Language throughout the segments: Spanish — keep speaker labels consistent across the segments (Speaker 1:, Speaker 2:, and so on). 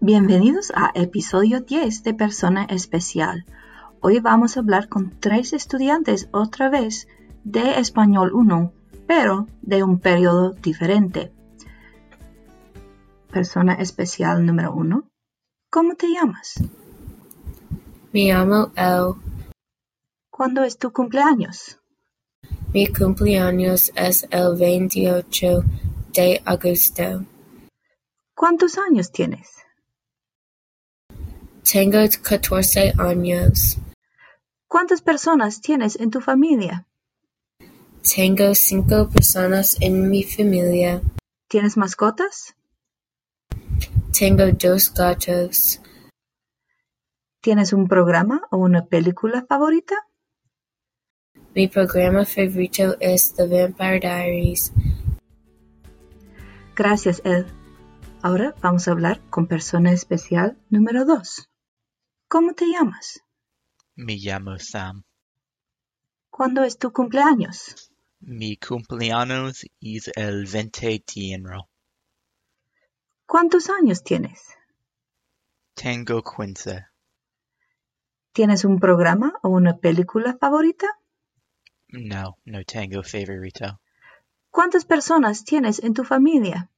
Speaker 1: Bienvenidos a episodio 10 de Persona Especial. Hoy vamos a hablar con tres estudiantes otra vez de Español 1, pero de un periodo diferente. Persona Especial número 1, ¿cómo te llamas?
Speaker 2: Me llamo El.
Speaker 1: ¿Cuándo es tu cumpleaños?
Speaker 2: Mi cumpleaños es el 28 de agosto.
Speaker 1: ¿Cuántos años tienes?
Speaker 2: Tengo 14 años.
Speaker 1: ¿Cuántas personas tienes en tu familia?
Speaker 2: Tengo cinco personas en mi familia.
Speaker 1: ¿Tienes mascotas?
Speaker 2: Tengo dos gatos.
Speaker 1: ¿Tienes un programa o una película favorita?
Speaker 2: Mi programa favorito es The Vampire Diaries.
Speaker 1: Gracias, Ed. Ahora vamos a hablar con persona especial número 2. ¿Cómo te llamas?
Speaker 3: Me llamo Sam.
Speaker 1: ¿Cuándo es tu cumpleaños?
Speaker 3: Mi cumpleaños es el 20 de enero.
Speaker 1: ¿Cuántos años tienes?
Speaker 3: Tengo 15.
Speaker 1: ¿Tienes un programa o una película favorita?
Speaker 3: No, no tengo favorito.
Speaker 1: ¿Cuántas personas tienes en tu familia?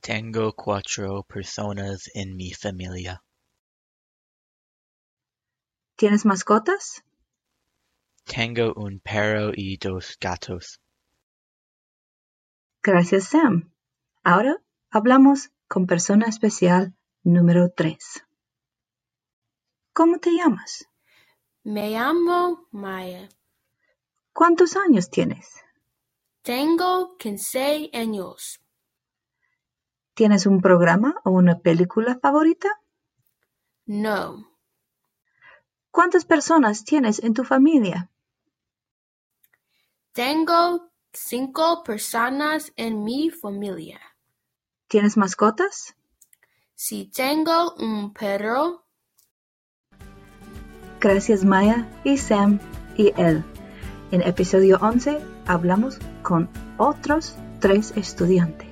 Speaker 3: Tengo cuatro personas en mi familia.
Speaker 1: ¿Tienes mascotas?
Speaker 3: Tengo un perro y dos gatos.
Speaker 1: Gracias, Sam. Ahora hablamos con persona especial número 3. ¿Cómo te llamas?
Speaker 4: Me llamo Maya.
Speaker 1: ¿Cuántos años tienes?
Speaker 4: Tengo 15 años.
Speaker 1: ¿Tienes un programa o una película favorita?
Speaker 4: No,
Speaker 1: ¿Cuántas personas tienes en tu familia?
Speaker 4: tengo cinco personas en mi familia.
Speaker 1: ¿Tienes mascotas?
Speaker 4: Si tengo un perro,
Speaker 1: Gracias Maya y Sam y él. En episodio 11 hablamos con otros tres estudiantes.